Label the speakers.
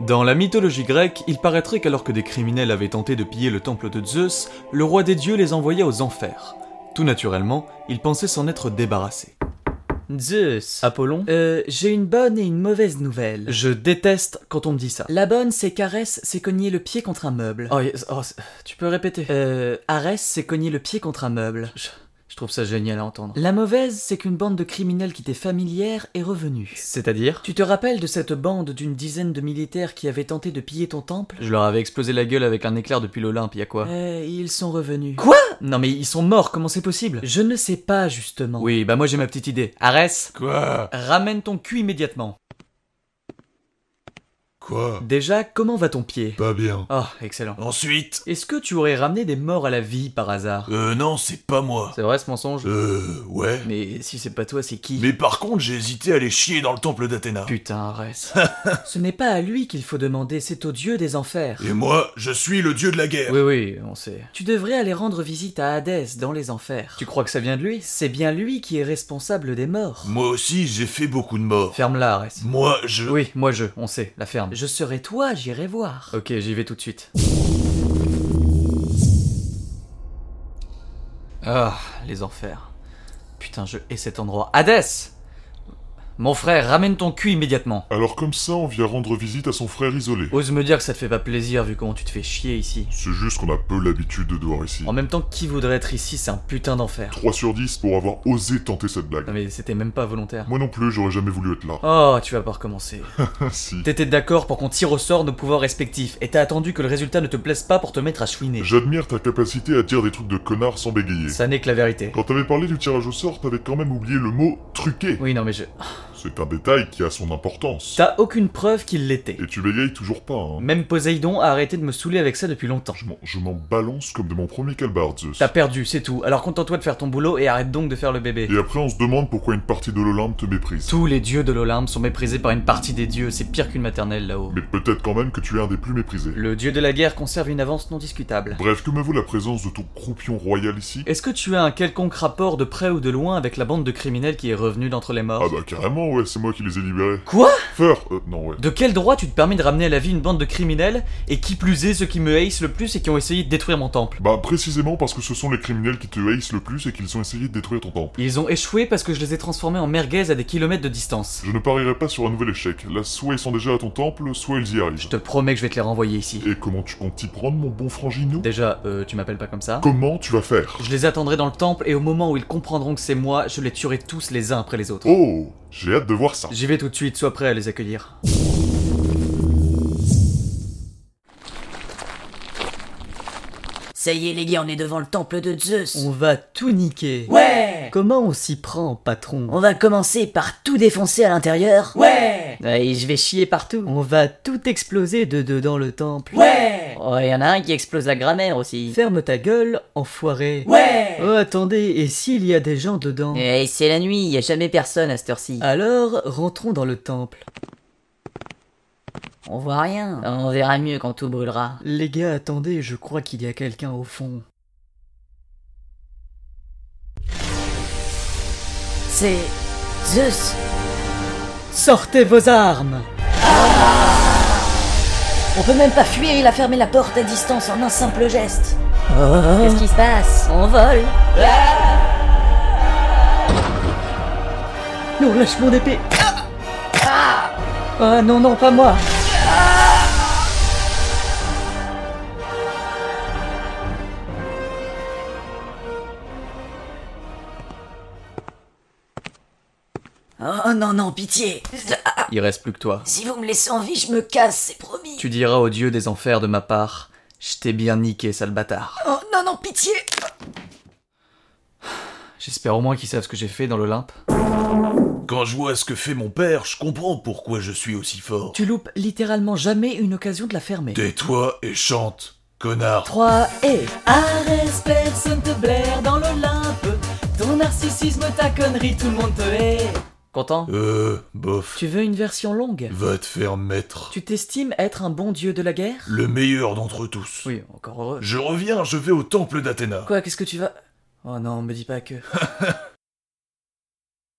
Speaker 1: Dans la mythologie grecque, il paraîtrait qu'alors que des criminels avaient tenté de piller le temple de Zeus, le roi des dieux les envoya aux enfers. Tout naturellement, il pensait s'en être débarrassé.
Speaker 2: Zeus.
Speaker 3: Apollon
Speaker 2: Euh, j'ai une bonne et une mauvaise nouvelle.
Speaker 1: Je déteste quand on me dit ça.
Speaker 2: La bonne, c'est qu'Arès s'est cogné le pied contre un meuble.
Speaker 3: Oh, yes- oh, c'est- tu peux répéter
Speaker 2: Euh, Arès s'est cogné le pied contre un meuble.
Speaker 3: Je trouve ça génial à entendre.
Speaker 2: La mauvaise, c'est qu'une bande de criminels qui t'est familière est revenue.
Speaker 3: C'est-à-dire
Speaker 2: Tu te rappelles de cette bande d'une dizaine de militaires qui avaient tenté de piller ton temple
Speaker 3: Je leur avais explosé la gueule avec un éclair depuis l'Olympe, y a quoi
Speaker 2: Euh, ils sont revenus.
Speaker 3: Quoi Non mais ils sont morts, comment c'est possible
Speaker 2: Je ne sais pas justement.
Speaker 3: Oui, bah moi j'ai ma petite idée. Arès,
Speaker 4: Quoi
Speaker 3: ramène ton cul immédiatement.
Speaker 4: Quoi
Speaker 3: Déjà, comment va ton pied
Speaker 4: Pas bien.
Speaker 3: Oh, excellent.
Speaker 4: Ensuite
Speaker 3: Est-ce que tu aurais ramené des morts à la vie par hasard
Speaker 4: Euh, non, c'est pas moi.
Speaker 3: C'est vrai ce mensonge
Speaker 4: Euh, ouais.
Speaker 3: Mais si c'est pas toi, c'est qui
Speaker 4: Mais par contre, j'ai hésité à aller chier dans le temple d'Athéna.
Speaker 3: Putain, Arès.
Speaker 2: Oh. Ce n'est pas à lui qu'il faut demander, c'est au dieu des enfers.
Speaker 4: Et moi, je suis le dieu de la guerre.
Speaker 3: oui, oui, on sait.
Speaker 2: Tu devrais aller rendre visite à Hadès dans les enfers.
Speaker 3: Tu crois que ça vient de lui
Speaker 2: C'est bien lui qui est responsable des morts.
Speaker 4: Moi aussi, j'ai fait beaucoup de morts.
Speaker 3: Ferme-la, Arès.
Speaker 4: Moi, je...
Speaker 3: Oui, moi je, on sait, la ferme.
Speaker 2: Je serai toi, j'irai voir.
Speaker 3: Ok, j'y vais tout de suite. Ah, les enfers. Putain, je hais cet endroit. Hadès Mon frère, ramène ton cul immédiatement.
Speaker 5: Alors comme ça, on vient rendre visite à son frère isolé.
Speaker 3: Ose me dire que ça te fait pas plaisir vu comment tu te fais chier ici.
Speaker 5: C'est juste qu'on a peu l'habitude de devoir ici.
Speaker 3: En même temps, qui voudrait être ici, c'est un putain d'enfer.
Speaker 5: 3 sur 10 pour avoir osé tenter cette
Speaker 3: Non
Speaker 5: blague.
Speaker 3: mais c'était même pas volontaire.
Speaker 5: Moi non plus, j'aurais jamais voulu être là.
Speaker 3: Oh, tu vas pas recommencer.
Speaker 5: si.
Speaker 3: T'étais d'accord pour qu'on tire au sort nos pouvoirs respectifs, et t'as attendu que le résultat ne te plaise pas pour te mettre à chouiner.
Speaker 5: J'admire ta capacité à dire des trucs de connard sans bégayer.
Speaker 3: Ça n'est que la vérité.
Speaker 5: Quand t'avais parlé du tirage au sort, t'avais quand même oublié le mot truqué.
Speaker 3: Oui, non mais je...
Speaker 5: C'est un détail qui a son importance.
Speaker 3: T'as aucune preuve qu'il l'était.
Speaker 5: Et tu bégayes toujours pas, hein.
Speaker 3: Même Poséidon a arrêté de me saouler avec ça depuis longtemps.
Speaker 5: Je m'en- Je m'en balance comme de mon premier calbar, Zeus.
Speaker 3: T'as perdu, c'est tout. Alors contente-toi de faire ton boulot et arrête donc de faire le bébé.
Speaker 5: Et après, on se demande pourquoi une partie de l'Olympe te méprise.
Speaker 3: Tous les dieux de l'Olympe sont méprisés par une partie des dieux, c'est pire qu'une maternelle là-haut.
Speaker 5: Mais peut-être quand même que tu es un des plus méprisés.
Speaker 3: Le dieu de la guerre conserve une avance non discutable.
Speaker 5: Bref, que me vaut la présence de ton croupion royal ici
Speaker 3: Est-ce que tu as un quelconque rapport de près ou de loin avec la bande de criminels qui est revenue d'entre les morts
Speaker 5: Ah bah carrément, ouais, c'est moi qui les ai libérés.
Speaker 3: Quoi
Speaker 5: Feur euh, Non, ouais.
Speaker 3: De quel droit tu te permets de ramener à la vie une bande de criminels et qui plus est ceux qui me haïssent le plus et qui ont essayé de détruire mon temple
Speaker 5: Bah précisément parce que ce sont les criminels qui te haïssent le plus et qu'ils ont essayé de détruire ton temple.
Speaker 3: Ils ont échoué parce que je les ai transformés en merguez à des kilomètres de distance.
Speaker 5: Je ne parierai pas sur un nouvel échec. Là, soit ils sont déjà à ton temple, soit ils y
Speaker 3: Je
Speaker 5: arrivent.
Speaker 3: te promets que je vais te les renvoyer ici.
Speaker 5: Et comment tu comptes t'y prendre, mon bon frangino
Speaker 3: Déjà, euh, tu m'appelles pas comme ça
Speaker 5: Comment tu vas faire
Speaker 3: Je les attendrai dans le temple et au moment où ils comprendront que c'est moi, je les tuerai tous les uns après les autres.
Speaker 5: Oh J'ai hâte de voir ça.
Speaker 3: J'y vais tout de suite, sois prêt à les accueillir.
Speaker 6: Ça y est les gars, on est devant le temple de Zeus.
Speaker 2: On va tout niquer.
Speaker 6: Ouais
Speaker 2: Comment on s'y prend, patron
Speaker 6: On va commencer par tout défoncer à l'intérieur.
Speaker 2: Ouais
Speaker 6: Et je vais chier partout.
Speaker 2: On va tout exploser de dedans le temple.
Speaker 6: Ouais Oh, il y en a un qui explose la grammaire aussi.
Speaker 2: Ferme ta gueule, enfoiré.
Speaker 6: Ouais
Speaker 2: Oh, attendez, et s'il y a des gens dedans
Speaker 6: Et Eh, c'est la nuit, il y a jamais personne à cette heure-ci.
Speaker 2: Alors, rentrons dans le temple.
Speaker 6: On voit rien. On verra mieux quand tout brûlera.
Speaker 2: Les gars, attendez, je crois qu'il y a quelqu'un au fond.
Speaker 6: C'est Zeus.
Speaker 2: Sortez vos armes
Speaker 6: On peut même pas fuir, il a fermé la porte à distance en un simple geste. Qu'est-ce qui se passe Oh. On vole.
Speaker 2: Non, lâche mon épée Ah non, non, pas moi
Speaker 6: Oh non, non, pitié.
Speaker 3: Il reste plus que toi.
Speaker 6: Si vous me laissez en vie, je me casse, c'est promis.
Speaker 3: Tu diras au dieu des enfers de ma part, je t'ai bien niqué, sale bâtard.
Speaker 6: Oh non, non, pitié.
Speaker 3: J'espère au moins qu'ils savent ce que j'ai fait dans l'Olympe.
Speaker 4: Quand je vois ce que fait mon père, je comprends pourquoi je suis aussi fort.
Speaker 2: Tu loupes littéralement jamais une occasion de la fermer.
Speaker 4: Tais-toi et chante, connard.
Speaker 2: 3 et Arrête, personne te blaire dans l'Olympe. Ton narcissisme, ta connerie, tout le monde te hait.
Speaker 3: Content
Speaker 4: Euh, bof.
Speaker 2: Tu veux une version longue
Speaker 4: Va te faire mettre.
Speaker 2: Tu t'estimes être un bon dieu de la guerre
Speaker 4: Le meilleur d'entre tous.
Speaker 3: Oui, encore heureux.
Speaker 4: Je reviens, je vais au temple d'Athéna.
Speaker 2: Quoi, qu'est-ce que tu vas Oh non, me dis pas que.